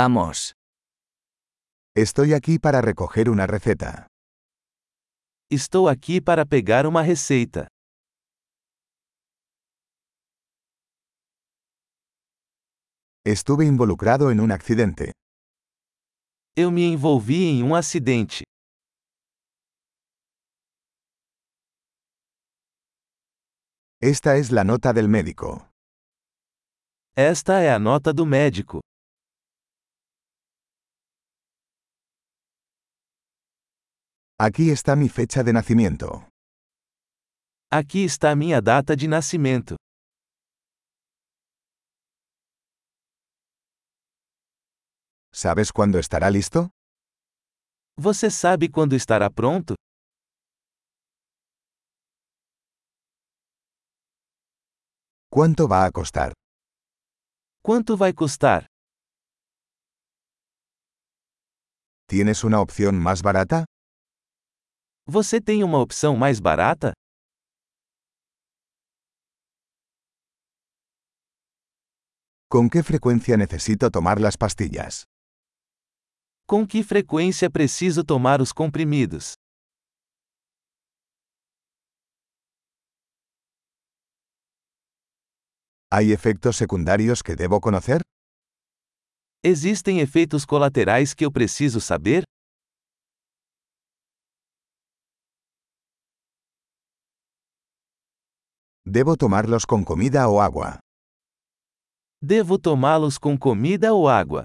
Vamos. Estoy aquí para recoger una receta. Estou aqui para pegar uma receita. Estuve involucrado en un accidente. Eu me envolvi em um acidente. Esta es la nota del médico. Esta é a nota do médico. Aquí está mi fecha de nacimiento. Aqui está a minha data de nascimento. ¿Sabes cuándo estará listo? Você sabe quando estará pronto? ¿Cuánto va a costar? Quanto vai custar? ¿Tienes una opción más barata? Você tem uma opção mais barata? ¿Con qué frecuencia necesito tomar las pastillas? Com que frequência preciso tomar os comprimidos? ¿Hay efectos secundarios que debo conocer? Existem efeitos colaterais que eu preciso saber? ¿Debo tomarlos con comida o agua? Devo tomá-los com comida ou água?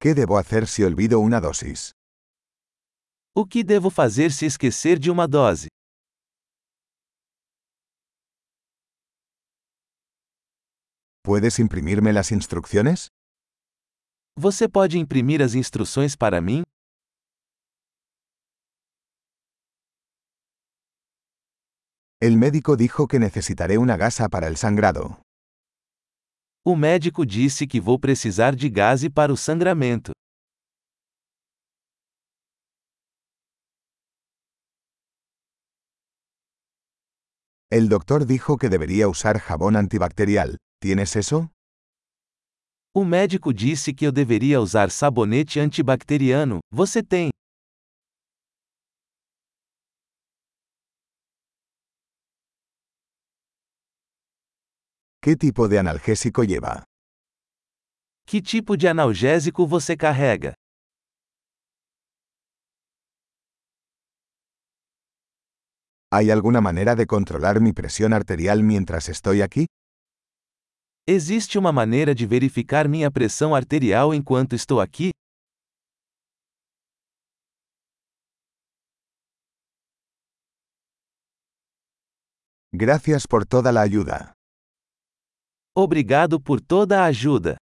¿Qué debo hacer si olvido una dosis? O que devo fazer se esquecer de uma dose? ¿Puedes imprimirme las instrucciones? Você pode imprimir as instruções para mim? El médico dijo que necesitaré una gasa para el sangrado. O médico disse que vou precisar de gás para o sangramento. El doctor dijo que debería usar jabón antibacterial. ¿Tienes eso? O médico disse que eu deveria usar sabonete antibacteriano. Você tem? ¿Qué tipo de analgésico lleva? Que tipo de analgésico você carrega? ¿Hay alguna manera de controlar mi presión arterial mientras estoy aquí? Existe uma maneira de verificar minha pressão arterial enquanto estou aqui? Gracias por toda la ayuda. Obrigado por toda a ajuda.